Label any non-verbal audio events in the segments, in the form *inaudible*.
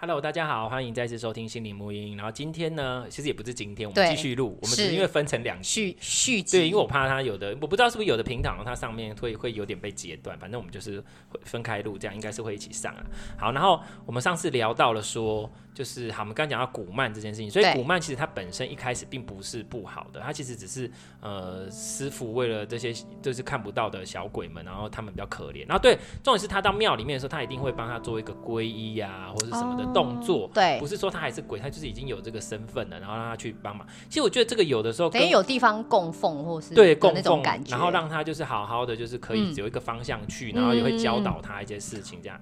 Hello，大家好，欢迎再次收听心灵沐音。然后今天呢，其实也不是今天，我们对继续录，我们只是是因为分成两期。续续集，对，因为我怕它有的，我不知道是不是有的平躺它上面会会有点被截断，反正我们就是会分开录，这样应该是会一起上啊。好，然后我们上次聊到了说，就是好，我们刚刚讲到古曼这件事情，所以对古曼其实它本身一开始并不是不好的，它其实只是呃师傅为了这些就是看不到的小鬼们，然后他们比较可怜。然后对，重点是他到庙里面的时候，他一定会帮他做一个皈依呀、或者是什么的动作。哦对不，是说他还是鬼，他就是已经有这个身份了，然后让他去帮忙。其实我觉得这个有的时候等跟于有地方供奉或是对有供那奉种感，觉，然后让他就是好好的，就是可以嗯有一个方向去，然后也会教导他一些事情，这样。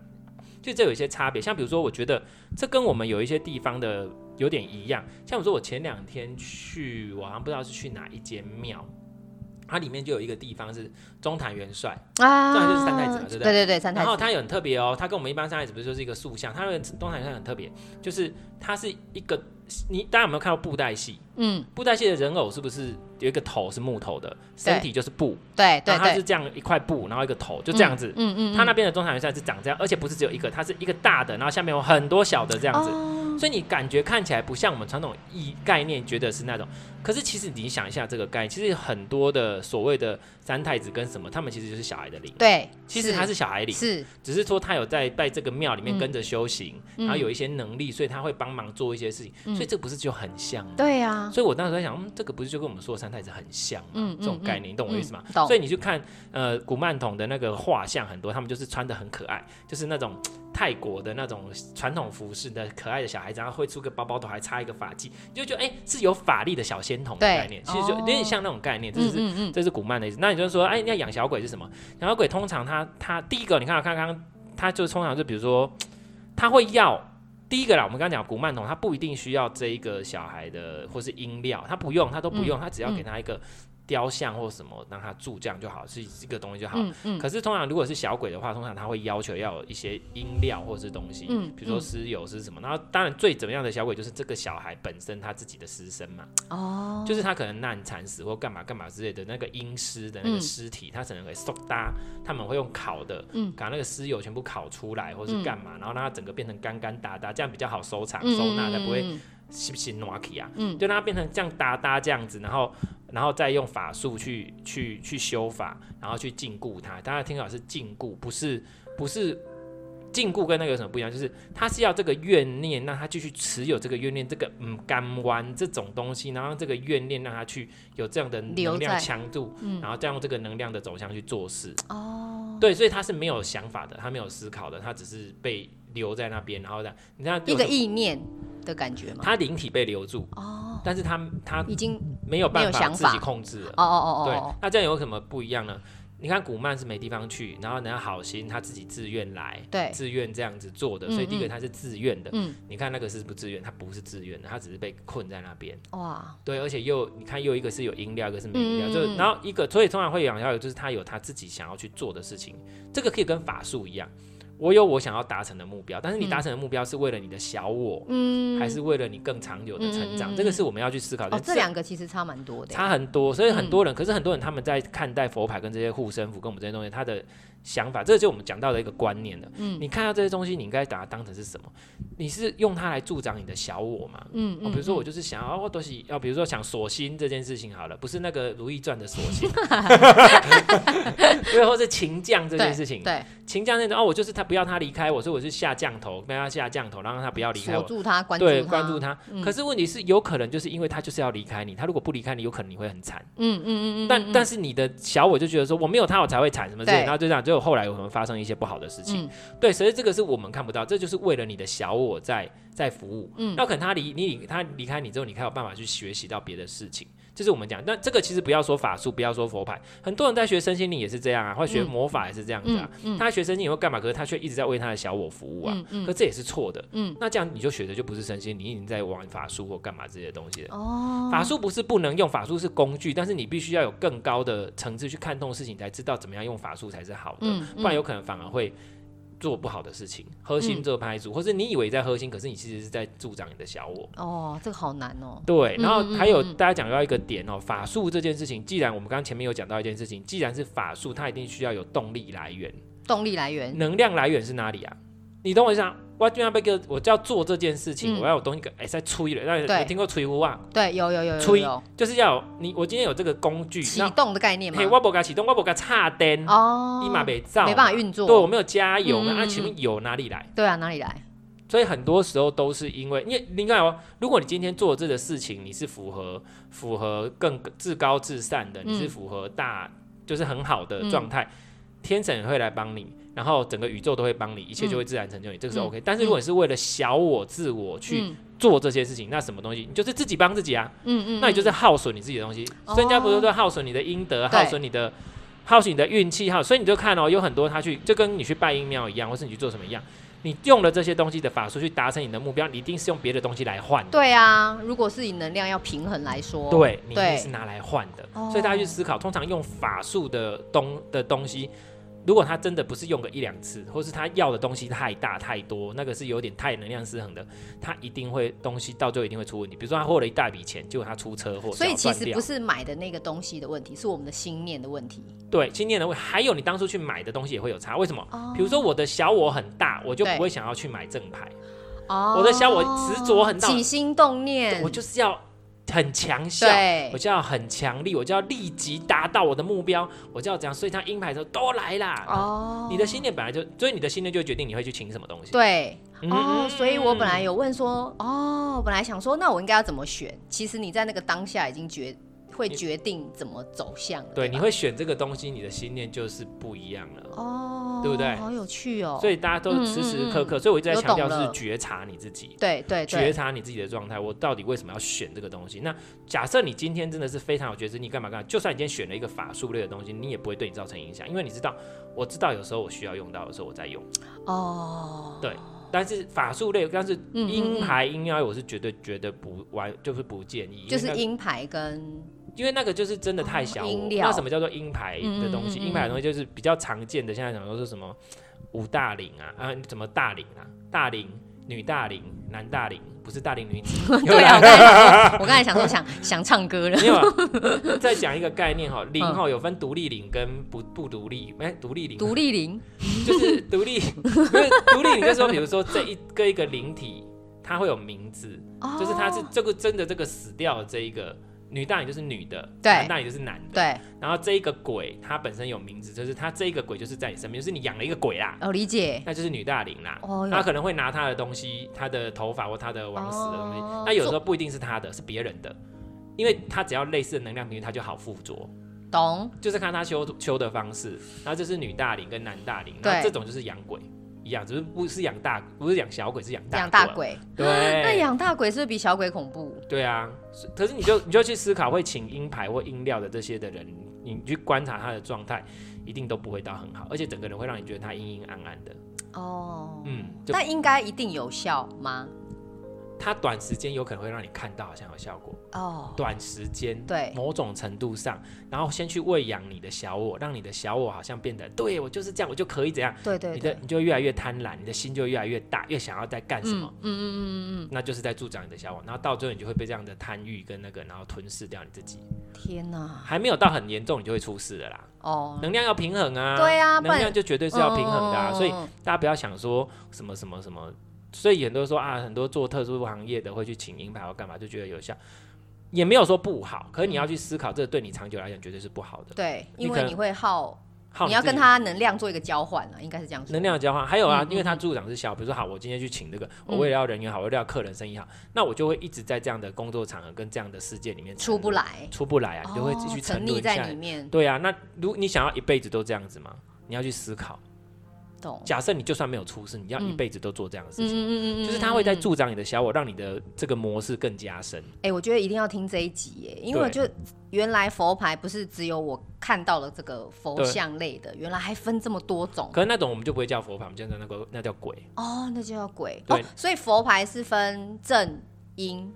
就这有一些差别，像比如说，我觉得这跟我们有一些地方的有点一样。像我说，我前两天去，我好像不知道是去哪一间庙，它里面就有一个地方是中坛元帅，啊，这样就是三太子嘛对不对对对对，三太然子，后它有很特别哦，它跟我们一般上海子不是就是一个塑像，它那个东海上很特别，就是它是一个，你大家有没有看过布袋戏？嗯，布袋戏的人偶是不是有一个头是木头的，身体就是布，对对然后它是对，这样一块布，然后一个头，就这样子。嗯嗯，它那嗯边的中产元帅是长这样，而且不是只有一个，它是一个大的，然后下面有很多小的这样子，哦所以你感觉看起来不像我们传统意概念觉得是那种，可是其实你想一下这个概念，其实很多的所谓的三太子跟什么，他们其实就是小孩的灵，对，其实他是小孩灵，是只是说他有在在这个庙里面嗯跟着修行，嗯然后有一些能力，所以他会帮忙做一些事情，嗯所以这不是就很像吗？对啊呀，所以我当时在想，嗯，这个不是就跟我们说的三太子很像吗？嗯嗯这种概念，你懂我意思吗？嗯懂所以你去看呃古曼童的那个画像，很多他们就是穿的很可爱，就是那种嘖泰国的那种传统服饰的可爱的小孩子，然后会梳个包包头，还插一个发髻，你就觉得哎、是有法力的小仙童的对概念，其实就哦有点像那种概念，这嗯是。嗯嗯，这是古曼的意思。那你就说，哎，那养小鬼是什么？养小鬼通常他他第一个，你看看刚刚他就通常就比如说他会要第一个啦，我们刚刚讲古曼童，他不一定需要这一个小孩的或是音料，他不用，他都不嗯用，他只要给他一个雕像或什么让他住这样就好，是一个东西就好。嗯嗯，可是通常如果是小鬼的话，通常他会要求要有一些音料或是东西，嗯比如说嗯尸油是什么。然后当然最怎么样的小鬼就是这个小孩本身他自己的尸身嘛，哦，就是他可能难产死或干嘛干嘛之类的那个阴尸的那个嗯尸体，他可能会送搭，他们会用烤的，嗯把那个尸油全部烤出来，或是干嘛，然后让它整个变成干干哒哒，这样比较好收藏、收纳，才不会嗯吸不吸暖气啊，嗯就让它变成这样哒哒这样子，然后然后再用法术去去去修法，然后去禁锢它。大家听好是禁锢，不是不是。禁锢跟那个有什么不一样？就是他是要这个怨念，让他继续持有这个怨念，这个嗯干弯这种东西，然后这个怨念让他去有这样的能留量在强度，嗯然后再用这个能量的走向去做事。哦，对，所以他是没有想法的，他没有思考的，他只是被留在那边，然后这样，你看一个意念的感觉嘛，他灵体被留住，哦，但是他他已经没有办没有法想自法己控制了。哦哦哦对哦，，那这样有什么不一样呢？你看古曼是没地方去，然后人家好心他自己自愿来，对自愿这样子做的，所以嗯第一个嗯他是自愿的。嗯你看那个是不自愿，他不是自愿的，他只是被困在那边。哇，对，而且又你看又一个是有音量，一个是没音量，哦嗯嗯就嗯然后一个，所以通常会养小友，就是他有他自己想要去做的事情，这个可以跟法术一样，我有我想要达成的目标，但是你嗯达成的目标是为了你的小我，嗯，还是为了你更长久的成长，嗯嗯嗯这个是我们要去思考的。哦，这两个嗯其实差蛮多的，差很多，所以很多人，可是很多人他们在看待佛牌跟这些护身符跟我们这些东西，他的想法，这就是我们讲到的一个观念了。嗯你看到这些东西，你应该把它当成是什么？你是用它来助长你的小我吗？嗯哦，比如说我就就是想要，我都是要，比如说想锁心这件事情好了，不是那个《如懿传》的锁 *laughs* 心，对，或是秦将这件事情，对秦将那种哦，我就是他不要他离开我，所以我是下降头，跟他下降头，然后让他不要离开锁我，住他，关注对，他，嗯关注他。可是问题是，有可能就是因为他就是要离开你，他如果不离开你，有可能你会很惨。嗯嗯嗯嗯，但但是你的小我就觉得说我没有他我才会惨什么之类的，对然后就这样，就后来有可能发生一些不好的事情。嗯对，所以这个是我们看不到，这就是为了你的小我在在服务。嗯那可能他离你他离开你之后，你才有办法去学习到别的事情。这是我们讲，那这个其实不要说法术，不要说佛牌，很多人在学身心灵也是这样啊，或者学嗯魔法也是这样子啊嗯。嗯他学身心灵会干嘛？可是他却一直在为他的小我服务啊，嗯嗯可这也是错的。嗯那这样你就学的就不是身心，你已经在玩法术或干嘛这些东西了。哦，法术不是不能用，法术是工具，但是你必须要有更高的层次去看透事情，才知道怎么样用法术才是好的，嗯不然有可能反而会做不好的事情，核心这个拍组，或是你以为在核心，可是你其实是在助长你的小我。哦，这个好难哦。对，嗯然后嗯还有嗯嗯大家讲到一个点哦，法术这件事情，既然我们刚刚前面有讲到一件事情，既然是法术，它一定需要有动力来源，动力来源，能量来源是哪里啊？你懂我意思啊？我就要被个，我就要做这件事情，嗯我要有东西给，哎，在吹了，那对有听过吹呼啊？对，有有有有催有就是要有你，我今天有这个工具，启那动的概念吗嘿，？我不给它启动，我不给它插电，哦，你嘛没造，没办法运作。对，我没有加油嘛，嗯嗯那啊嗯请问油哪里来？对啊，哪里来？所以很多时候都是因为，因为你看哦，如果你今天做这个事情，你是符合符合更至高至善的，嗯你是符合大就是很好的状态，天神也会来帮你，然后整个宇宙都会帮你，一切就会自然成就你，这个是嗯 OK。但是如果你是为了小我、自我去嗯做这些事情，那什么东西，你就是自己帮自己啊，嗯嗯，那你就是耗损你自己的东西。哦所以人家不是说耗损你的阴德，对耗损你的。耗损你的运气，耗，所以你就看哦，有很多他去，就跟你去拜阴庙一样，或是你去做什么一样，你用了这些东西的法术去达成你的目标，你一定是用别的东西来换的。对啊。如果是以能量要平衡来说，对，你一定对是拿来换的。哦所以大家去思考，通常用法术的东的东西，如果他真的不是用个一两次，或是他要的东西太大太多，那个是有点太能量失衡的，他一定会东西到最后一定会出问题。比如说他获了一大笔钱，结果他出车祸，所以脚其断实掉不是买的那个东西的问题，是我们的心念的问题。对，今年的会还有你当初去买的东西也会有差。为什么？哦比如说我的小我很大，我就对不会想要去买正牌，哦我在想我执着很到起心动念，我就是要很强效，对我，就要很强力，我就要立即达到我的目标，我就要怎样。所以它鹰牌的时候都来啦。哦你的心念本来就，所以你的心念就会决定你会去请什么东西。对嗯哦，所以我本来有问说，哦，本来想说，那我应该要怎么选？其实你在那个当下已经决会决定怎么走向了，对，对你吧，会选这个东西，你的心念就是不一样了。哦，对不对好有趣哦，嗯所以大家都时时刻刻，所以我一直在有强调懂是了觉察你自己。对对觉对，察你自己的状态，我到底为什么要选这个东西？那假设你今天真的是非常有觉知，你干嘛干嘛？就算你今天选了一个法术类的东西，你也不会对你造成影响，因为你知道，我知道有时候我需要用到，有时候我在用。哦，对但是法术类，但是嗯阴嗯牌阴爻，我是绝对绝对不玩，就是不建议，就因为是那个鹰 *laughs* 牌跟因为那个就是真的太小哦我。阴料那什么叫做阴牌的东西？嗯嗯嗯嗯阴牌的东西就是比较常见的，现在讲说是什么五大龄啊，啊什么大龄啊，大龄、女大龄、男大龄，不是大龄女子。 *laughs* 对啊，我刚才想说，我刚才想说想想唱歌 *laughs* 了，没有啊，再讲一个概念哈，嗯零哈有分独立领跟不不独立，哎，独立领， *laughs* 独立零， *laughs* 就是独立，不是独立领，就是说比如说这一个一个灵体，它会有名字，哦就是它是这个真的这个死掉的这一个女大你就是女的，对男大你就是男的，对，然后这一个鬼它本身有名字，就是它这一个鬼就是在你身边，就是你养了一个鬼啦，哦，理解，那就是女大龄啦。哦，他可能会拿他的东西，他的头发或他的往死的东西，哦那有时候不一定是他的，是别人的，因为他只要类似的能量频率，他就好附着，懂，就是看他修修的方式。然后这是女大龄跟男大龄，对那这种就是养鬼一样，只是不是养大，不是养小鬼，是啊养大养大，鬼，那对，养大鬼是不是比小鬼恐怖？对啊。是可是你就你就去思考，会请阴牌或阴料的这些的人，你去观察他的状态，一定都不会到很好，而且整个人会让你觉得他阴阴暗暗的，哦，嗯，就那应该一定有效吗？他短时间有可能会让你看到好像有效果。哦，短时间，对某种程度上，然后先去喂养你的小我，让你的小我好像变得，对我就是这样，我就可以怎样，对对你的对，你就越来越贪婪，你的心就越来越大，越想要在干什么，嗯嗯嗯嗯那就是在助长你的小我，然后到最后你就会被这样的贪欲跟那个，然后吞噬掉你自己，嗯，天哪，还没有到很严重，你就会出事的啦。哦，能量要平衡啊，对啊不能然量就绝对是要平衡的、啊，嗯所以大家不要想说什么什么什么，所以很多人说啊，很多做特殊行业的会去请银牌或干嘛，就觉得有效，也没有说不好，可是你要去思考，这个对你长久来讲绝对是不好的。对，你因可为能你会耗，好，你要哦自己跟他能量做一个交换了，应该是这样说。能量的交换，还有啊嗯，嗯因为他助长是小，比如说好，我今天去请这个，我嗯为了要人缘好，为了要客人生意好，那我就会一直在这样的工作场合跟这样的世界里面出不来，来，出不来啊，你就会继续哦沉沉沦下溺在里来。面，对啊，那如你想要一辈子都这样子吗？你要去思考。懂？假设你就算没有出事，你要一嗯辈子都做这样的事嗯情，嗯就是它会在助长你的小我，让你的这个模式更加深。哎、我觉得一定要听这一集耶，因为我就原来佛牌不是只有我看到了这个佛对像类的，原来还分这么多种可是那种我们就不会叫佛牌，我们叫那个那叫鬼。哦，那就叫鬼哦对。所以佛牌是分正阴，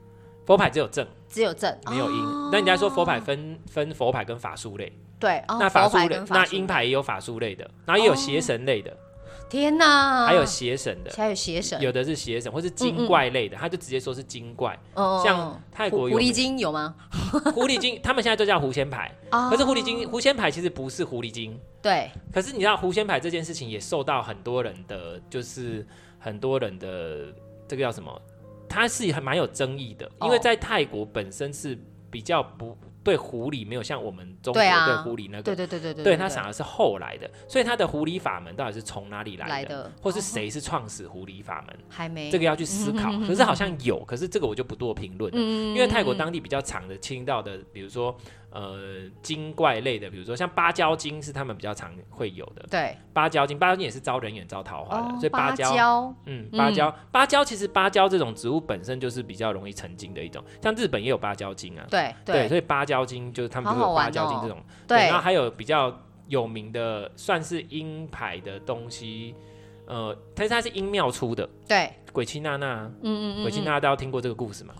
佛牌只有正只有正哦没有阴，那人家说佛牌分分佛牌跟法术类，对，哦、那法佛术牌类跟法那术阴牌也有法术类的，然后也有邪神类的，天哪！还有邪神的，还有邪神，有的是邪神，或是精怪类的，他就直接说是精怪。嗯哦像泰国狐有狸精有吗？ *laughs* 狐狸精，他们现在都叫狐仙牌，啊可是狐狸精狐仙牌其实不是狐狸精，哦对，可是你知道狐仙牌这件事情也受到很多人的，就是很多人的这个叫什么？它是还蛮有争议的，哦因为在泰国本身是比较不对狐狸没有像我们中国对啊对狐狸那个，对对对对对对它反而是后来的，所以它的狐狸法门到底是从哪里来的，来的哦或是谁是创始狐狸法门？还没这个要去思考。嗯可是好像有，可是这个我就不多评论了，因为泰国当地比较常的听到的，比如说呃精怪类的，比如说像芭蕉精是他们比较常会有的。对芭蕉精，芭蕉精也是招人缘、招桃花的，所以芭蕉，哦蕉嗯，嗯芭蕉，芭蕉其实芭蕉这种植物本身就是比较容易成精的一种，像日本也有芭蕉精啊，对所以芭蕉精就是他们好就有好芭玩蕉精哦这种，然后对还有比较有名的算是鹰牌的东西，呃，但是它是鹰庙出的，对，鬼妻娜娜，嗯嗯嗯，鬼妻娜娜大家听过这个故事吗？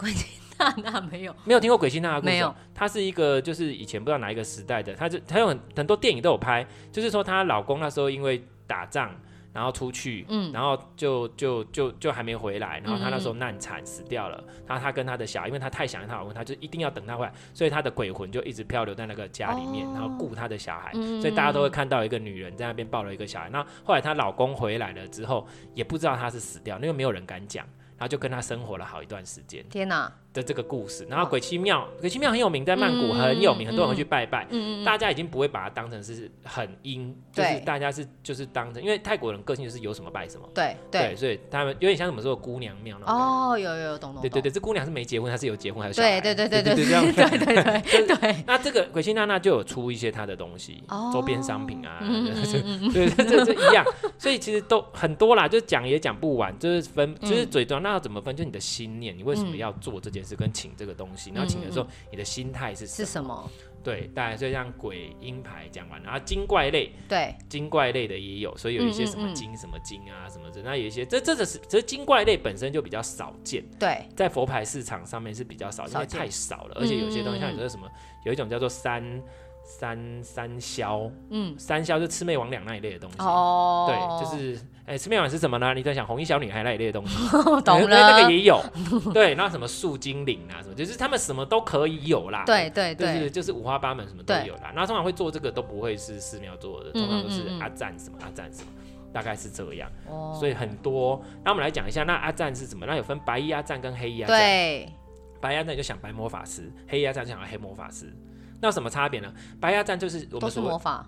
那 *laughs* 那没有没有听过鬼妻娜娜的故事哦？没有她是一个就是以前不知道哪一个时代的，她就她有很很多电影都有拍，就是说她老公那时候因为打仗。然后出去，嗯然后就就就就还没回来，然后她那时候难产死掉了，然后她跟她的小孩，因为她太想念她老公，她就一定要等她回来，所以她的鬼魂就一直漂流在那个家里面，哦然后顾她的小孩，嗯所以大家都会看到一个女人在那边抱了一个小孩。那后来她老公回来了之后，也不知道她是死掉，因为没有人敢讲，然后就跟她生活了好一段时间。天哪，的这个故事。然后嗯鬼妻庙，鬼妻庙很有名，在曼谷很有名，很多人会去拜拜。嗯大家已经不会把它当成是很阴，就是对大家是就是当成，因为泰国人个性就是有什么拜什么。对对，所以他们有点像怎么说的姑娘庙那种感觉。哦，有有有，懂懂，对对懂对，这姑娘是没结婚，她是有结婚还有小孩。对对对对对，对这样 *laughs* 对对对对，那这个鬼妻娜娜就有出一些她的东西，哦周边商品啊，嗯嗯嗯 *laughs* 对，这这这一样，所以其实都很多啦，就讲也讲不完，就是分，就是嗯嘴端，那要怎么分？就你的心念，你为什么要做这件事，跟请这个东西，然后请的时候，你的心态是什嗯是么？什么？对，大概所以像鬼阴牌讲完，然后精怪类，对，精怪类的也有，所以有一些什嗯嗯么嗯精什么精啊什么的，那有一些这这只是，只是精怪类本身就比较少见。对，在佛牌市场上面是比较少，因少为见太少了，而且有些东西嗯像有的什么，有一种叫做三三三消，嗯，三消就魑魅魍魉那一类的东西。哦，对，就是哎，魑魅魍魉是什么呢？你在想红衣小女孩那一类的东西， *laughs* 懂那那了个，也有。 *laughs* 对，那什么树精灵啊，什么，就是他们什么都可以有啦。对对就是对，就是五花八门，什么都对有啦。那通常会做这个都不会是寺庙做的，通常都是嗯嗯嗯嗯阿赞什么阿赞什么，大概是这样。哦所以很多，那我们来讲一下，那阿赞是什么？那有分白衣阿赞跟黑衣阿赞。对，白鸭站就想白魔法师，黑鸭站就想黑魔法师。那有什么差别呢？白鸭站就是我都们是所谓魔法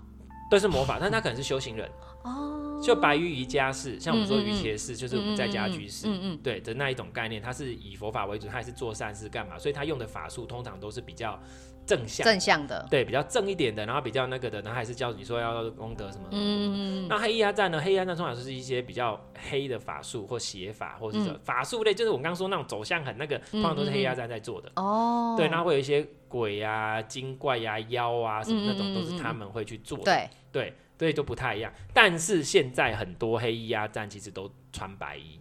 都是魔法，但他可能是修行人，哦，就白于瑜伽士，像我们说嗯嗯瑜伽士，就是我们在家居士，嗯嗯，对的那一种概念，他是以佛法为主，他也是做善事干嘛，所以他用的法术通常都是比较正向，正向的，对，比较正一点的，然后比较那个的，然后还是教你说要功德什么。嗯，那黑衣压站呢？黑衣压站通常就是一些比较黑的法术或邪法，或者是什么法术类，就是我刚刚说那种走向很那个，通常都是黑衣压站在做的。哦，对，那会有一些鬼呀、精怪呀、妖啊什么那嗯嗯种，嗯都是他们会去做的。对，对所以就不太一样。但是现在很多黑衣压战其实都穿白衣，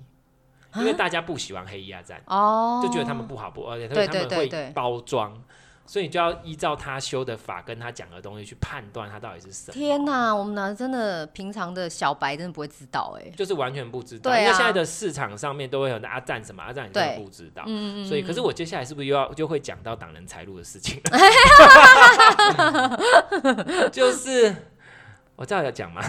因啊为大家不喜欢黑衣压战，哦，就觉得他们不好不，而且他对们对他们对对会包装，所以你就要依照他修的法跟他讲的东西去判断他到底是什么。天哪，我们哪真的平常的小白真的不会知道哎、就是完全不知道，对啊因为现在的市场上面都会有阿赞什么阿赞，你对都不知道。所以，可是嗯我接下来是不是又要就会讲到挡人财路的事 *laughs* 情？就是我这样要讲嘛，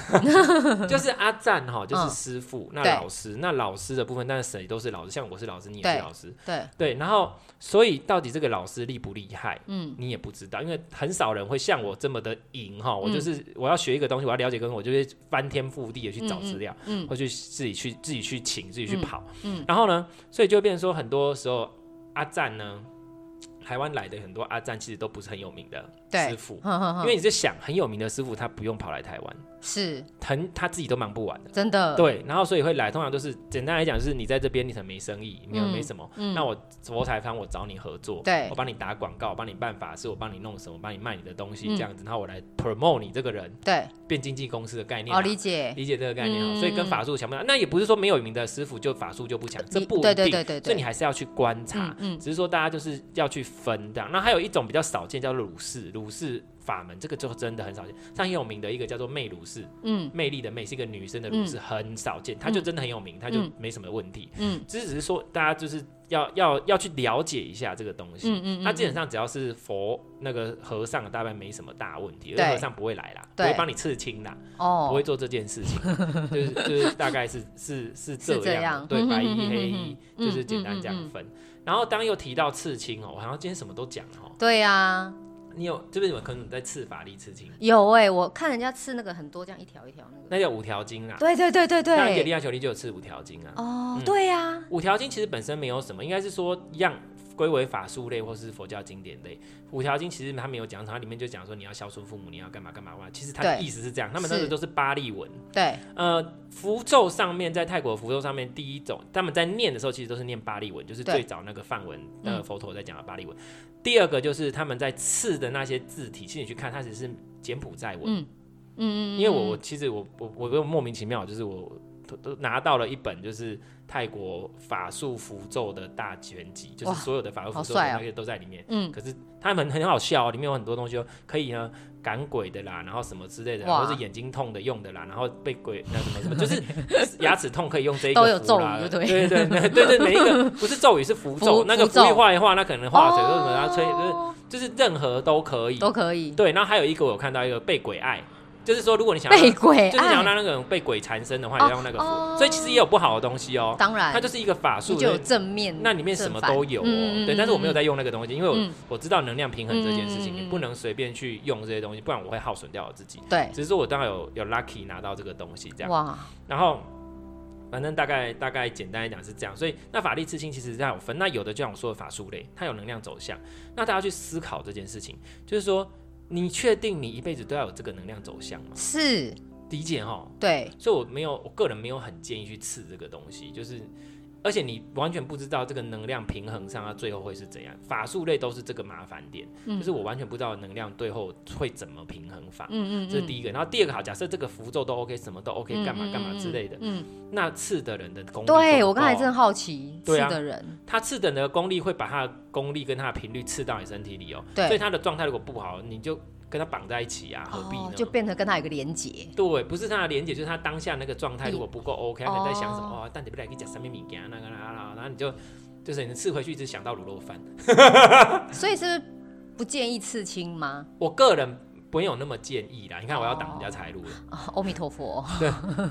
*laughs* 就是阿赞哈，就是师傅，那嗯对老师，那老师的部分，但是谁都是老师，像我是老师，你也对是老师，对，对。然后，所以到底这个老师厉不厉害，嗯，你也不知道，因为很少人会像我这么的赢哈。我就是、我要学一个东西，我要了解跟我就会翻天覆地的去找资料，嗯嗯嗯嗯或去自己去自己去请，自己去嗯跑，嗯然后呢，所以就会变成说，很多时候阿赞呢，台湾来的很多阿赞其实都不是很有名的对嗯师傅，哼哼因哼，为你在想很有名的师傅，他不用跑来台湾，是很他自己都忙不完的。真的，对，然后所以会来，通常都是简单来讲，就是你在这边你可能没生意，没有、没什么，那我佛财方我找你合作，嗯对我帮你打广告，我帮你办法事，我帮你弄什么，我帮你卖你的东西嗯这样子，然后我来 promote 你这个人，对，变经纪公司的概念、哦，啊。理解，理解这个概念嗯啊、所以跟法术强不强？那也不是说没有名的师傅就法术就不强，这理不一定。对对对对所以你对，还是要去观察，嗯嗯只是说大家就是要去分这样。那还有一种比较少见叫鲁氏，鲁氏法门，这个就真的很少见。像很有名的一个叫做魅鲁士，嗯魅力的魅是一个女生的鲁是很少见，她就真的很有名，她就嗯没什么问题。嗯只是只是说大家就是要要要去了解一下这个东西。嗯嗯，那基本上只要是佛那个和尚，大概没什么大问题，而对且和尚不会来啦，不对会帮你刺青啦，不哦会，做这件 *laughs* 事情，就是就是大概是是是这是这样样，对，嗯白嗯嗯衣黑嗯衣嗯就是简单嗯这样嗯嗯分。然后当又提到刺青哦，我好像今天什么都讲了哦，对啊，你有这边有可能在刺法力刺青，有哎，我看人家吃那个很多这样一条一条那个，那叫五条筋啦。对对对对那野利对，亚球力就有刺五条筋啊。哦嗯，对呀，五条经其实本身没有什么，应该是说一样归为法术类或是佛教经典类。五条经其实它没有讲什么，它里面就讲说你要孝顺父母，你要干嘛干嘛嘛。其实它的对意思是这样，他们那个是都是巴利文。对，呃，符咒上面在泰国符咒上面第一种，他们在念的时候其实都是念巴利文，就是对最早那个梵文呃嗯佛陀在讲的巴利文。第二个就是他们在刺的那些字体，其实你去看它只是柬埔寨文。嗯嗯嗯，因为我我其实我我我又莫名其妙，就是我都都拿到了一本就是泰国法术符咒的大全集，就哇是所有的法术符好咒帅的哦那些都在里面。嗯可是他们很好笑、哦，里面有很多东西哦，可以呢赶鬼的啦，然后什么之类的啦，哇或是眼睛痛的用的啦，然后被鬼那什么什么，就是 *laughs* 牙齿痛可以用这一个都有符啦咒语就对对对对对对，每一个不是咒语是符咒，符那个符咒符一画一画，那可能画嘴或者什么，然后吹就是哦就是任何都可以。都可以，对，然后还有一个我有看到一个被鬼爱，就是说如果你想要被鬼就是想要爱，让那个人被鬼缠身的话，也要用那个符，哦所以其实也有不好的东西哦。当然它就是一个法术你就有的，正面，那里面什么嗯正反都有哦。嗯嗯嗯对，但是我没有嗯在用那个东西，因为我、嗯我知道能量平衡这件事情，嗯嗯嗯你不能随便去用这些东西，不然我会耗损掉我自己。对，只是说我当然有有 lucky 拿到这个东西这样，哇，然后反正大概大概简单来讲是这样，所以那法力刺青其实它有分，那有的就像我说的法术类，它有能量走向，那大家去思考这件事情，就是说你确定你一辈子都要有这个能量走向吗？是，理解哈，对，所以我没有，我个人没有很建议去刺这个东西，就是，而且你完全不知道这个能量平衡上它最后会是怎样。法术类都是这个麻烦点，嗯就是我完全不知道能量最后会怎么平衡法。嗯嗯，这是第一个，然后第二个好，假设这个符咒都 OK，什么都 OK，嗯干嘛嗯干嘛之类的，嗯，那刺的人的功力就很对高啊我刚才真的好奇，是对啊的人，他刺的人的功力会把他的功力跟他的频率刺到你身体里哦，对所以他的状态如果不好，你就跟他绑在一起啊，何必呢？哦，就变成跟他有一个连结，对，不是他的连接，就是他当下那个状态如果不够 OK，他可能在想什么哎哦哦，但你不来给你讲三面米给那个啦啦，啦然后你就就是你吃回去只想到卤肉饭。所以是不建议刺青吗？我个人没有那么建议啦，你看我要挡人家财路了，啊阿弥陀佛，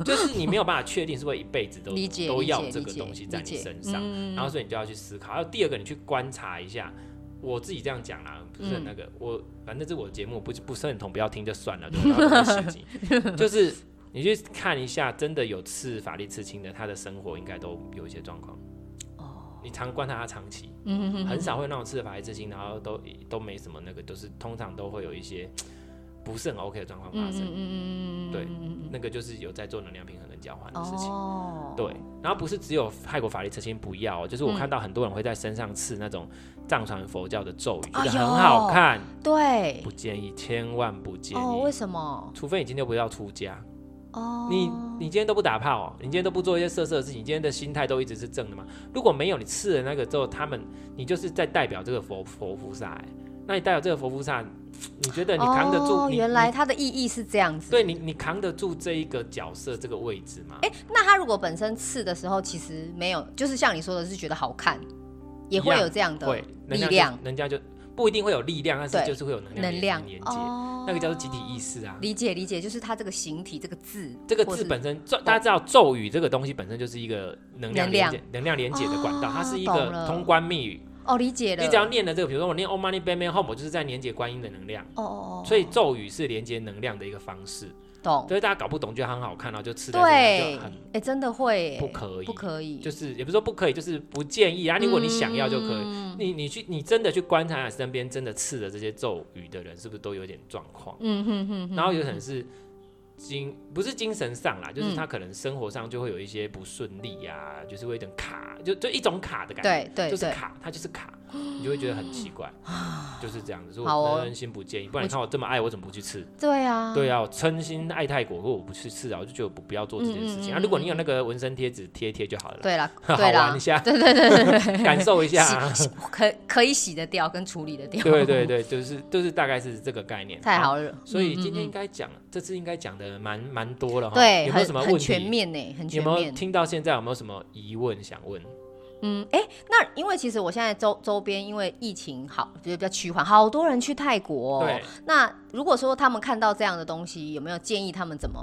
就是你没有办法确定是不是一辈子都 *laughs* 理解，都理要解，这理个解，东西在理你解身上，嗯然后所以你就要去思考。还有第二个，你去观察一下。我自己这样讲啦，不是很那嗯个，我反正这是我的节目，不不是很同不要听就算了，对不对？我自己 *laughs* 就是你去看一下，真的有刺法力刺青的，他的生活应该都有一些状况。哦，你常观察他长期，嗯嗯很少会那种吃了法律之心，然后都都没什么那个，就是通常都会有一些不是很 OK 的状况发嗯生。嗯嗯，对嗯那个就是有在做能量平衡跟交换的事情。哦，对，然后不是只有泰国法律之心不要、哦，就是我嗯看到很多人会在身上刺那种藏传佛教的咒语，觉啊得很有好看，对不，建议，千万不建哦，为议。什么？除非你今天不要出家，哦，你你今天都不打炮、哦，你今天都不做一些色色的事情，你今天的心态都一直是正的吗？如果没有你刺了那个之后，他们你就是在代表这个佛佛菩萨、欸，那你代表这个佛菩萨，你觉得你扛得住？哦，你原来你它的意义是这样子，对你你扛得住这一个角色这个位置吗？那他如果本身刺的时候，其实没有，就是像你说的，是觉得好看，也会有这样的会，人力家就量、人家就不一定会有力量，但对是就是会有能量能量连接，哦那个叫做集体意识啊。理解理解，就是他这个形体、这个字，这个或字是本身，咒大家知道咒语这个东西本身就是一个能量连能量接、能量连接的管道，它是一哦懂个了通关密语。哦，理解了。你只要念了这个，比如说我念 Om Mani p a m e Home，我就是在连接观音的能量，哦哦哦，所以咒语是连接能量的一个方式。懂所以大家搞不懂，觉得它很好看，然后就吃在身上对，就哎、很真的会、哎不可以不可以，就是也不是说不可以，就是不建议啊。如果你想要就可以，嗯你你去你真的去观察一下身边真的刺的这些咒语的人，是不是都有点状况？嗯哼哼哼，然后有可能是精不是精神上啦，就是嗯他可能生活上就会有一些不顺利啊，就是会有点卡，就就一种卡的感觉，对对就是对，啊卡，他就是卡。你就会觉得很奇怪，就是这样子。所以好我哦真心不建议，不然你看我这么爱，我怎么不去吃？对啊，对啊，我真心爱泰国，可我不去吃啊，我就觉得我不不要做这件事情。嗯嗯嗯啊，如果你有那个纹身贴纸贴一贴就好了啦，对啦， *laughs* 好对玩啦一，下，对对对， *laughs* 感受一下啊。洗洗可可以洗得掉跟处理得掉，对对对，就是就是大概是这个概念。太好了。所以嗯嗯今天应嗯该讲，这次应该讲的蛮蛮多了哈。对啊有没有什很么很问全题？面呢，很有全没有面。听到现在有没有什么疑问想问？嗯，哎、那因为其实我现在周周边因为疫情好，觉得比较趋缓，好多人去泰国、哦。对。那如果说他们看到这样的东西，有没有建议他们怎么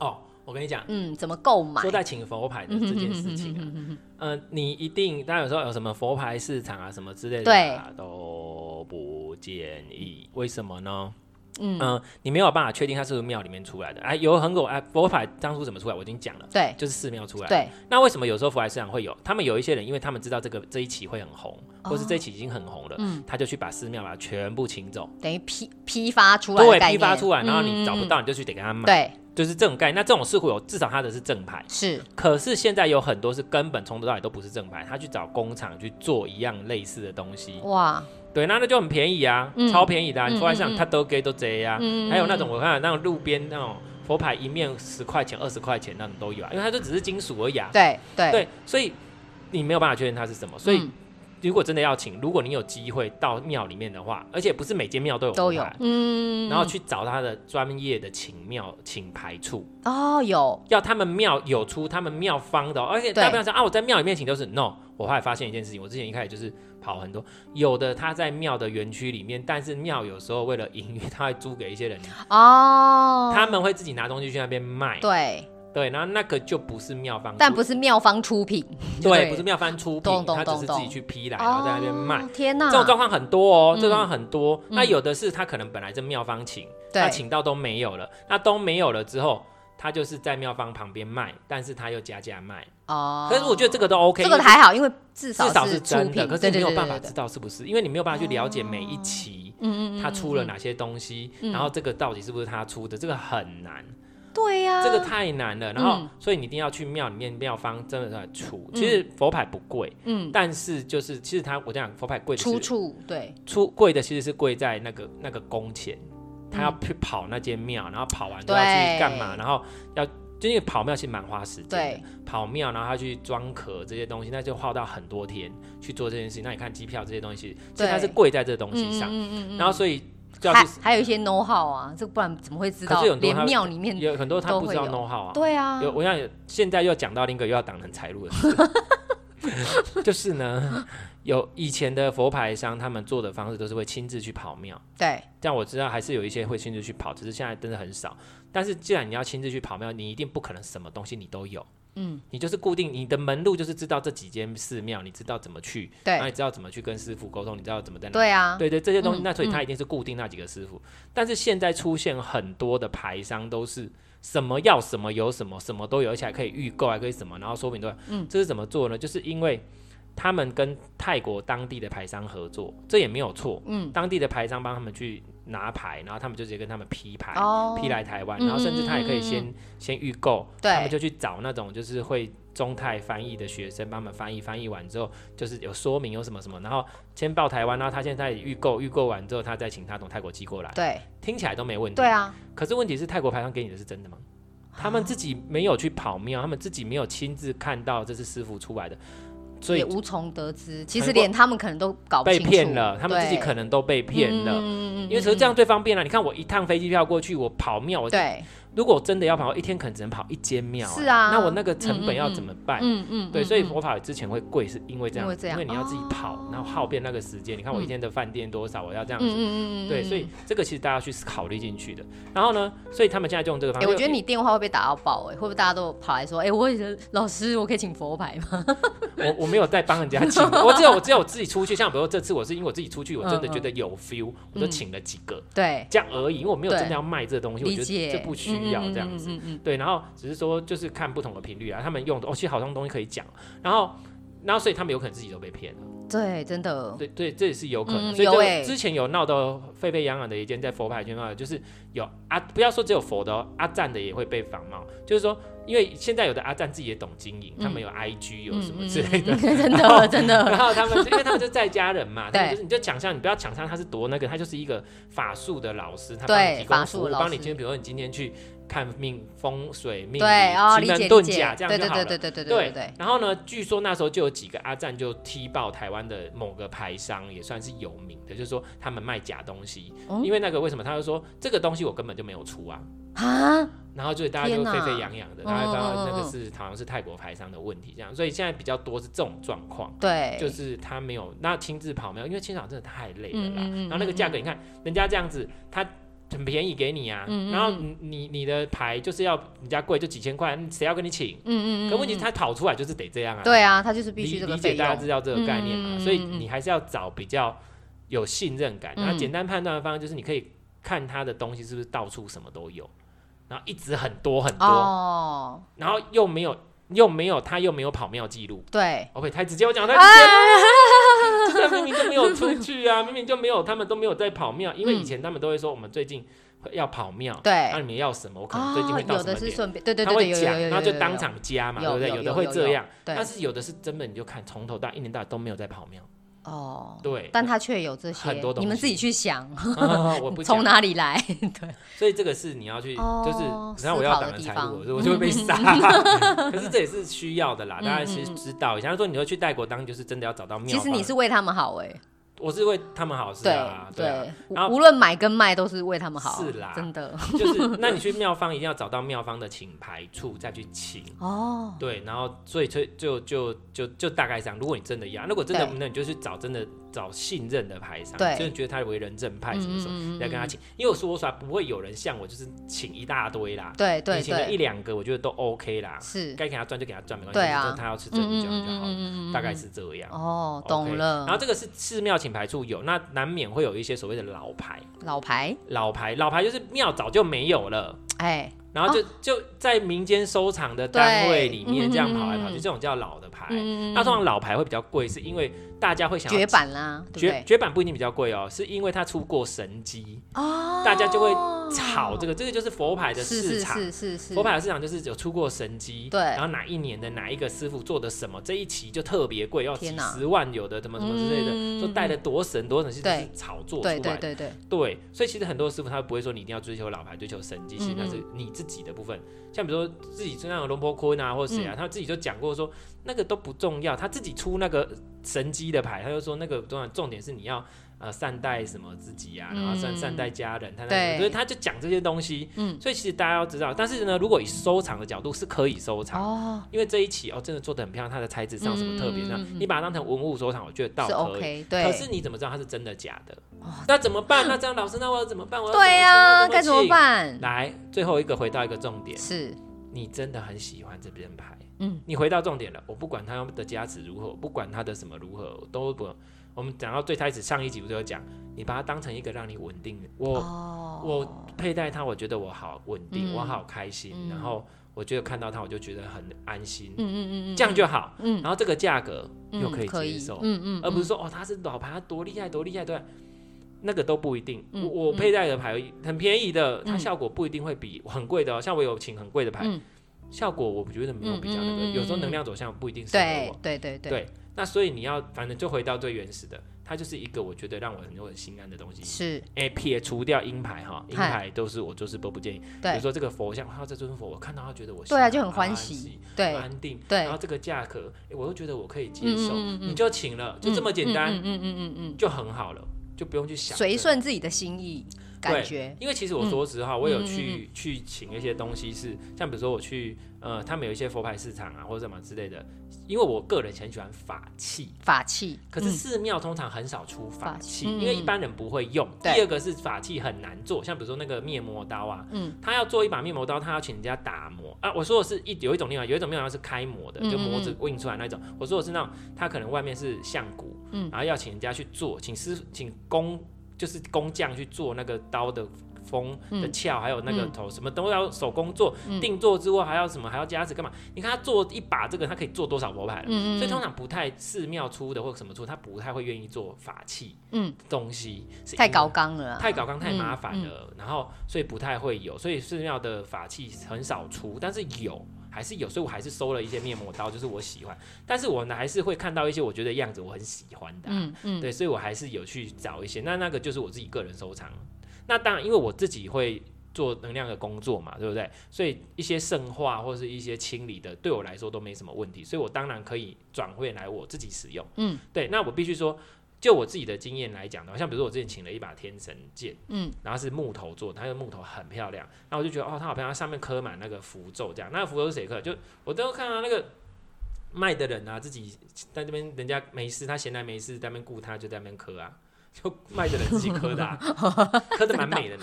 哦，我跟你讲，嗯怎么购买？嗯说在请佛牌的这件事情啊，嗯、你一定，当然有时候有什么佛牌市场啊什么之类的、啊，都不建议。为什么呢？嗯、你没有办法确定它是不是庙里面出来的。哎，有很狗哎，佛牌当初怎么出来，我已经讲了，对就是寺庙出来的。对，那为什么有时候佛牌市场会有？他们有一些人，因为他们知道这个这一期会很红，哦或是这一期已经很红了，嗯他就去把寺庙把它全部请走，等于批批发出来的对，概批念，发出来，然后你找不嗯、到，你就去得跟他买，对，就是这种概念。那这种是会有，至少他的是正牌。是可是现在有很多是根本从头到尾都不是正牌，他去找工厂去做一样类似的东西，哇，对，那那就很便宜啊，哦嗯超便宜的、啊，嗯你出来嗯上嗯他都给都贼啊，嗯还有那种我看那种路边那种佛牌一面十块钱、二十块钱那种都有啊，因为它就只是金属而已啊，对对，对，所以你没有办法确认它是什么，所以。哎嗯如果真的要请，如果你有机会到庙里面的话，而且不是每间庙都有都佛有牌，嗯，然后去找他的专业的请庙请牌处，哦有要他们庙有出他们庙方的哦、而且大对家不要说啊，我在庙里面请都是 no。我后来发现一件事情，我之前一开始就是跑很多，有的他在庙的园区里面，但是庙有时候为了营运，他会租给一些人，哦，他们会自己拿东西去那边卖，对，对，然后那个就不是庙方出，但不是妙方出品，对，不是庙方出品懂，懂他只是自懂己懂去批来，哦，然后在那边卖。天哪，这种状况很多哦，这种状况很多。嗯那有的是他可能本来是妙方请，对那请到都没有了，那都没有了之后，他就是在妙方旁边卖，但是他又加价卖。哦，可是我觉得这个都 OK，这个因为还好，因为至至少是出真的，品，可是对你对没有对办对法对知道是不是，因为你没有办法去了解每一期嗯嗯嗯，他出了嗯？哪些东西，嗯然后这个到底是不是他出的，这个很难，对呀、这个太难了。然后嗯所以你一定要去庙里面庙方真的在出。其实佛牌不贵，嗯，但是就是其实他我讲佛牌贵的出是处对出贵的其实是贵在那个那个工钱，他要去跑那间庙，然后跑完都要去嗯对干嘛，然后要就因为跑庙其实蛮花时间的对，，跑庙然后他去装壳这些东西，那就耗到很多天去做这件事情。那你看机票这些东西，其实它是贵在这东西上，嗯嗯嗯然后所以就要还去，还有一些 know how 啊，这不然怎么会知可道是有很多连他庙里面有很多他都不会知道有 know how 啊，对啊，有，我想有现在又讲到另一个又要挡人财路的 *laughs* 事，就是呢，有以前的佛牌商他们做的方式都是会亲自去跑庙。对但我知道还是有一些会亲自去跑，只是现在真的很少。但是既然你要亲自去跑庙，你一定不可能什么东西你都有。嗯，你就是固定你的门路，就是知道这几间寺庙，你知道怎么去，然后对你知道怎么去跟师傅沟通，你知道怎么在哪。对啊，对对，这些东西，嗯那所以嗯他一定是固定那几个师傅。但是现在出现很多的牌商都是什么要什么有什么，什么都有，而且还可以预购，还可以什么，然后说明都有。嗯，这是怎么做呢？就是因为他们跟泰国当地的牌商合作，这也没有错。嗯，当地的牌商帮他们去拿牌，然后他们就直接跟他们批牌。哦，批来台湾，嗯然后甚至他也可以先、嗯先预购，对他们就去找那种就是会中泰翻译的学生帮他们翻译，翻译完之后就是有说明有什么什么，然后先报台湾，然后他现在预购，预购完之后他再请他从泰国寄过来，对听起来都没问题。对。啊，可是问题是泰国牌商给你的是真的吗？他们自己没有去跑庙，他们自己没有亲自看到这是师傅出来的，所以也无从得知，其实很多连他们可能都搞不被清楚，骗了，他们自己对可能都被骗了。嗯嗯嗯嗯因为只是这样最方便了、你看我一趟飞机票过去，我跑庙，我对，如果真的要跑，我一天可能只能跑一间庙、是啊那我那个成本要怎么办？嗯嗯，哦对，嗯所以嗯佛法之前会贵，是因为这样，因为这样你要自己跑，然后耗遍那个时间。你看我一天的饭店多少，我要这样嗯子。嗯嗯嗯，对，嗯所以这个其实大家去考虑进去的。然后呢，所以他们现在就用这个方哎、法。我觉得你电话会被打到爆、哎，会不会大家都跑来说，哎、我也是老师，我可以请佛牌吗？ *laughs* 我我没有在帮人家请，我只有我只有我自己出去。像比如说这次我是因为我自己出去，我真的觉得有 feel，我就请了几个对，这样而已，因为我没有嗯对真的要卖这个哎东西，我理觉得解，这不需要这样子。嗯嗯嗯嗯嗯对，然后只是说就是看不同的频率啊，他们用的哦，其实好多东西可以讲，然后然后所以他们有可能自己都被骗了，嗯对，真的，对对，这也是有可能。嗯所以有这个欸之前有闹到沸沸扬扬的一件在佛牌圈闹，就是有阿，不要说只有佛的、哦，阿赞的也会被仿冒。就是说，因为现在有的阿赞自己也懂经营，他们有 IG 有什么之类的。嗯嗯嗯嗯 *laughs* 真然后的真 *laughs* 的，然后他们就，因为他们就在家人嘛，对他们就是你就想象，你不要想象他是多那个，他就是一个法术的老师，他对帮你提供法术服务，老帮你师今天，比如说你今天去看命风水命 *laughs* 对哦，奇理门解遁理解甲，这对样就对对好了对。对对对对对，然后呢，据说那时候就有几个阿赞就踢爆台湾的某个牌商，也算是有名的，就是说他们卖假东西。哦因为那个为什么？他就说这个东西我根本就没有出啊。啊，然后就大家就天哪沸沸扬扬的，嗯大家知道啊那嗯个嗯是好像是泰国牌商的问题这样，所以现在比较多是这种状况，对，就是他没有那亲自跑没有，因为清场真的太累了啦。嗯嗯嗯然后那个价格你看人家这样子，他很便宜给你啊，嗯嗯嗯然后你你你的牌就是要人家贵就几千块，谁要跟你请？嗯嗯嗯，可问题是嗯他讨出来就是得这样啊。对啊，他就是必理须这个理费解大家用知，道这个概念嘛，嗯嗯嗯所以嗯嗯你还是要找比较有信任感。嗯然后简单判断的方式就是你可以看他的东西是不是到处什么都有，然后一直很多很多，哦，然后又没有又没有他又没有跑庙记录。对， OK，他哦直接我讲他啊直接，这个明明就没有出去 *laughs* 啊，明明就没有，他们都没有在跑庙，因为嗯以前他们都会说我们最近要跑庙，对那你们要什么？我可能最近哦会，到有什么的是点？顺便，对对他对对，会有有有讲，有，然后就有当有场加嘛，有对不对？有有的有会有这有样，对但是有的是根本你就看从头到一年到晚都没有在跑庙，哦，对 *laughs* 但他却有这很些多，东你们自己西去想，啊 *laughs* 我不从讲，哪里来？ *laughs* 对，所以这个是你要去，哦就是思然考后我要挡的人地财方路，我就 *laughs* 会被杀。可是这也是需要的啦，嗯大家其实知道。假如说你要去泰国当，就是真的要找到庙其方。实你是为他们好哎，我是为他们好事对啊，对啊，对， *laughs* 然后无无论买跟卖都是为他们好，是啦真的 *laughs* 就是那你去庙方一定要找到庙方的请牌处再去请。哦，对，然后所以就就就就就大概这样。如果你真的要，如果真的对那你就去找真的找信任的牌商，对就是觉得他为人正派什么什么，嗯再跟他请。因为我说我实话，不会有人像我就是请一大堆啦，对你对请个一对，两个，我觉得都 OK 啦，是，该给他赚就给他赚，没关系。对啊就是他要吃这个这样就好了，嗯大概是这样。哦， OK 懂然后了，这个是寺庙请牌处有，那难免会有一些所谓的老牌，老牌，老牌，老牌就是庙早就没有了。哎，然后就、就在民间收藏的单位里面对这样跑来跑嗯嗯去，嗯这种叫老的牌。嗯哎那通常老牌会比较贵，是因为大家会想要绝版啦，对不绝对？绝版不一定比较贵哦，是因为它出过神机，哦，大家就会炒这个，这个就是佛牌的是市是场。是是是，佛牌的市场就是有出过神机，对然后哪一年的哪一个师傅做的什么，这一期就特别贵，要天几哪十万有的，怎么怎么之类嗯的，说带的多神多神，其实对是炒作出来对对的。对对，对，所以其实很多师傅他不会说你一定要追求老牌、追求神迹，其嗯实那是你自己的部分。像比如说自己身上有龙婆坤啊，或者谁嗯啊，他自己就讲过说那个都不重要，他自己出那个神机的牌，他就说那个重要，重点是你要呃善待什么自己啊，然后善嗯善待家人，他那对所以他就讲这些东西。嗯所以其实大家要知道，但是呢，如果以收藏的角度是可以收藏。哦，因为这一期哦，真的做的很漂亮，它的材质上什么特别上，嗯嗯嗯嗯你把它当成文物收藏，我觉得倒是可以。 OK，可对，哦是你怎么知道它是真的假的？那怎么办？那这样老师，那我要怎么办？我要对呀、呀，该怎么办？来，最后一个回到一个重点，是，你真的很喜欢这边牌，嗯，你回到重点了。我不管他的价值如何，我不管他的什么如何，我都不。我们讲到最开始上一集，我就有讲，你把它当成一个让你稳定，我、哦，我佩戴它，我觉得我好稳定，嗯我好开心，嗯然后我觉得看到它，我就觉得很安心，嗯嗯嗯嗯，这样就好。嗯然后这个价格又可以嗯可接以受，嗯嗯，而不嗯是说哦他是老牌，他多厉害多厉害，对，那个都不一定。嗯我我嗯佩戴的牌很便宜的，它嗯效果不一定会比很贵的、哦，像我有请很贵的牌，嗯效果我觉得没有比较那个，嗯嗯嗯有时候能量走向不一定适合对我。对对对，对，那所以你要反正就回到最原始的，它就是一个我觉得让我很有很心安的东西。是，哎，撇除掉鹰牌哈，鹰嗨牌都是我就是都不建议。比对如说这个佛像，哇，这尊佛我看到他觉得我对啊心就很安欢安喜心对安定，对然后这个价格，诶我又觉得我可以接嗯受，嗯嗯嗯你就请了，就这么简单，嗯嗯嗯嗯嗯就很好了，就不用去嗯，想随这个。顺自嗯己的心意，感觉，因为其实我说实话，我有去、去请一些东西是，像比如说我去呃，他们有一些佛牌市场啊或者什么之类的，因为我个人很喜欢法器，法器，可是嗯寺庙通常很少出法法器，器嗯因为一般人不会用。对第二个是法器很难做，像比如说那个面膜刀啊，嗯他要做一把面膜刀，他要请人家打磨啊。我说的是一有一种面膜，有一种面膜刀是开模的，嗯就模子印出来那种。我说的是那种，他可能外面是象骨，嗯然后要请人家去做，请师请工就是工匠去做那个刀的风的嗯翘，还有那个嗯头，什么都要手工做，嗯定做之外还要什么，还要加持干嘛？你看他做一把这个，他可以做多少佛牌了？嗯所以通常不太寺庙出的或什么出，他不太会愿意做法器嗯，东西，是太因为高纲了啦，太搞纲太嗯麻烦嗯了，然后所以不太会有，所以寺庙的法器很少出，但是有还是有，所以我还是收了一些面膜刀，就是我喜欢，但是我呢还是会看到一些我觉得样子我很喜欢的啊、嗯嗯对，所以我还是有去找一些，那那个就是我自己个人收藏。那当然，因为我自己会做能量的工作嘛，对不对？所以一些圣化或是一些清理的，对我来说都没什么问题，所以我当然可以转回来我自己使用。嗯，对。那我必须说，就我自己的经验来讲的话，像比如说我之前请了一把天神剑，嗯，然后是木头做的，它的木头很漂亮，那我就觉得哦，它好漂亮，它上面刻满那个符咒，这样。那个符咒是谁刻的？就我都看到那个卖的人啊，自己在这边人家没事，他闲来没事，在那边顾他就在那边磕啊， *laughs* 就卖的人自己磕 *laughs* 的、啊，磕的蛮美的呢。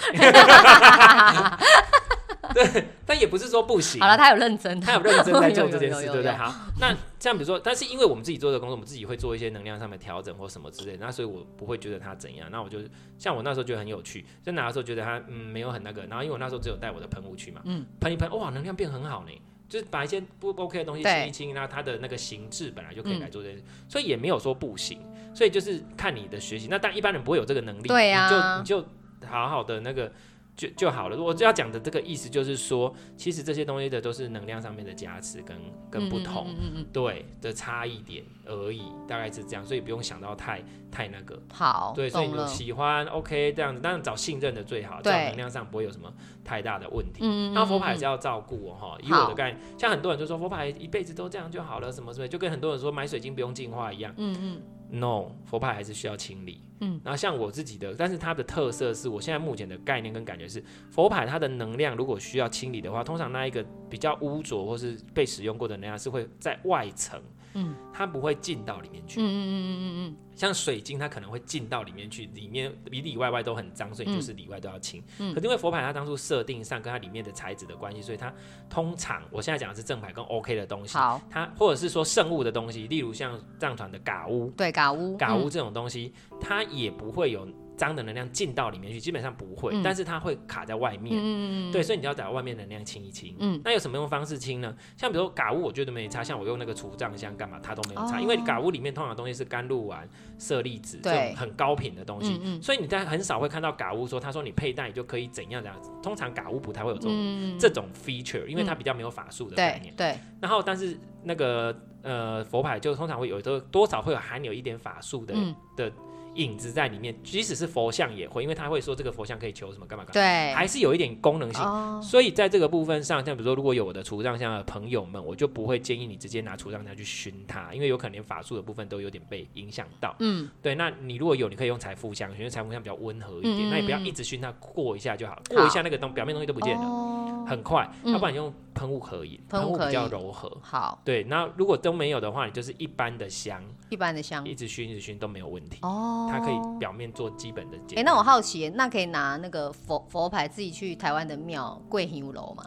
对，但也不是说不行。啊好了，他有认真，他有认真在做这件 *laughs* 有事，有有对不对？有好，那像比如说，但是因为我们自己做的工作，我们自己会做一些能量上的调整或什么之类的，那所以我不会觉得他怎样。那我就像我那时候觉得很有趣，就拿的时候觉得他嗯没有很那个，然后因为我那时候只有带我的喷雾去嘛，嗯喷一喷，哇，能量变很好呢。就是把一些不不 OK 的东西对清一清，那它的那个形制本来就可以嗯来做这件事，所以也没有说不行，所以就是看你的学习。那但一般人不会有这个能力，对啊你就你就好好的那个就就好了。我要讲的这个意思就是说，其实这些东西的都是能量上面的加持跟跟不同、嗯嗯嗯嗯对的差异点而已，大概是这样，所以不用想到太太那个。嗯好，对，所以懂你了，喜欢 OK 这样子，当然找信任的最好，对这样能量上不会有什么太大的问题。嗯那佛牌还是嗯要照顾哦，哈。以好我的概念，像很多人就说佛牌一辈子都这样就好了，什么之类，就跟很多人说买水晶不用净化一样。嗯嗯 No，佛牌还是需要清理。嗯，然后像我自己的，但是它的特色是我现在目前的概念跟感觉是，佛牌它的能量如果需要清理的话，通常那一个比较污浊或是被使用过的能量是会在外层，嗯，它不会进到里面去。嗯嗯嗯嗯像水晶，它可能会进到里面去，里面里里外外都很脏，所以你就是里外都要清。嗯可是因为佛牌它当初设定上跟它里面的材质的关系，所以它通常我现在讲的是正牌跟 OK 的东嗯，西，好，它或者是说圣物的东西，例如像藏传的嘎乌，对，嘎乌，嘎乌嗯，这种东西，它也不会有脏的能量进到里面去，基本上不会，嗯但是它会卡在外面。嗯嗯嗯，对，所以你要把外面能量清一清。嗯那有什么用方式清呢？像比如说嘎乌，我觉得没差。像我用那个除障箱干嘛，它都没有差，哦因为嘎乌里面通常东西是甘露丸、舍利子这对种很高频的东西，嗯嗯所以你在很少会看到嘎乌说，他说你佩戴你就可以怎样怎样。通常嘎乌不太会有这种、嗯，这种 feature，因为它比较没有法术的概对念。对，然后但是那个呃佛牌就通常会有多多少会有含有一点法术的、嗯的影子在里面，即使是佛像也会，因为他会说这个佛像可以求什么干嘛干嘛，对，还是有一点功能性。哦，所以在这个部分上，像比如说，如果有我的除障箱的朋友们，我就不会建议你直接拿除障箱去熏它，因为有可能连法术的部分都有点被影响到。嗯，对，那你如果有，你可以用财富箱，因为财富箱比较温和一嗯点，嗯那你不要嗯一直熏它，过一下就好，过一下那个东表面东西都不见了，了很快。嗯要不然你用喷雾可以，喷喷雾雾可比以较柔和。好，对，那如果都没有的话，你就是一般的香，一般的香一直熏一直熏都没有问题，哦，它可以表面做基本的哎、检。那我好奇耶，那可以拿那个佛佛牌自己去台湾的庙跪牛楼吗？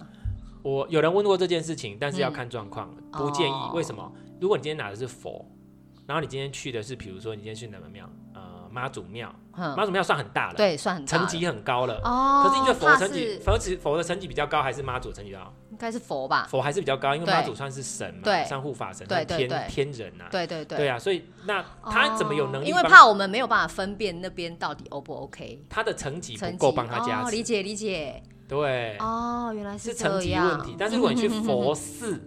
我有人问过这件事情，但是要看状况，不建议嗯哦。为什么？如果你今天拿的是佛，然后你今天去的是，比如说你今天去哪个庙？呃，妈祖庙，哼，妈祖庙算很大了，，嗯对，算很大层了级很高了。哦。可是你觉得佛怕的层级，是佛是佛的层级比较高，还是妈祖的层级高？应该是佛吧？佛还是比较高，因为对妈祖算是神嘛对，算护法神，对算对天对天人呐。对对对，哦对啊，所以那他怎么有能力因为帮怕我们没有办法分辨那边到底 O 不 OK，他的层级不层级够帮他加哦，理持？解理解对，哦，原来是层这级样。问题。但是如果你去佛寺，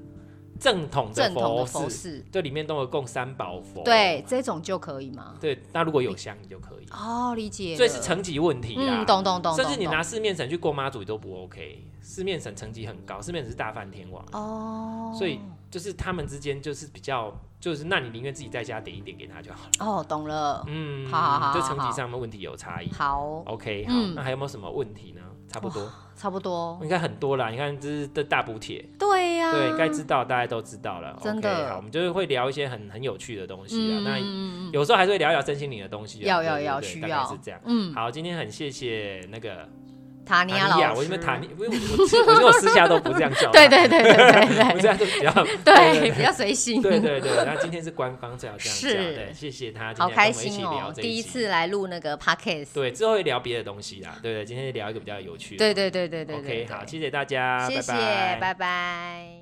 正统的 *laughs* 正统佛的佛寺，寺，这里面都有供三宝佛。对这种就可以吗？对，那如果有香你就可以，哦，理解。所以是，层级问题啦。嗯，懂懂懂，甚至你懂拿四面神去过妈祖都不 OK，四面神层级很高，四面神是大梵天王，懂哦，所以就是他们之间就是比较，就是那你宁愿自己在家点一点给他就好了。哦懂了，嗯，好好好这层好级上面问题有差异。好， OK，好，嗯那还有没有什么问题呢？差不多，差不多，应该很多啦。你看这是这大补帖，对呀、对，该知道大家都知道了。啊真的 OK，好，我们就是会聊一些很很有趣的东西啊。那嗯，有时候还是会聊一聊身心灵的东西啊。要对要对要对需大概要是这样。嗯，好，今天很谢谢那个塔尼亚老师，我因为塔尼，我我我我我私下都不这样 *laughs* 叫他，对对对对我对这样就比较对 *laughs* 对，比较随性，对对对，那今天是官方这样讲，是对，谢谢他，今 *laughs* 好天跟开我们一起心聊哦，这第一一集次来录那个 podcast，对，之后会聊别的东西啦，对对，今天聊一个比较有趣的，对对对对对对 OK，好，对谢谢大家，谢谢，拜拜拜。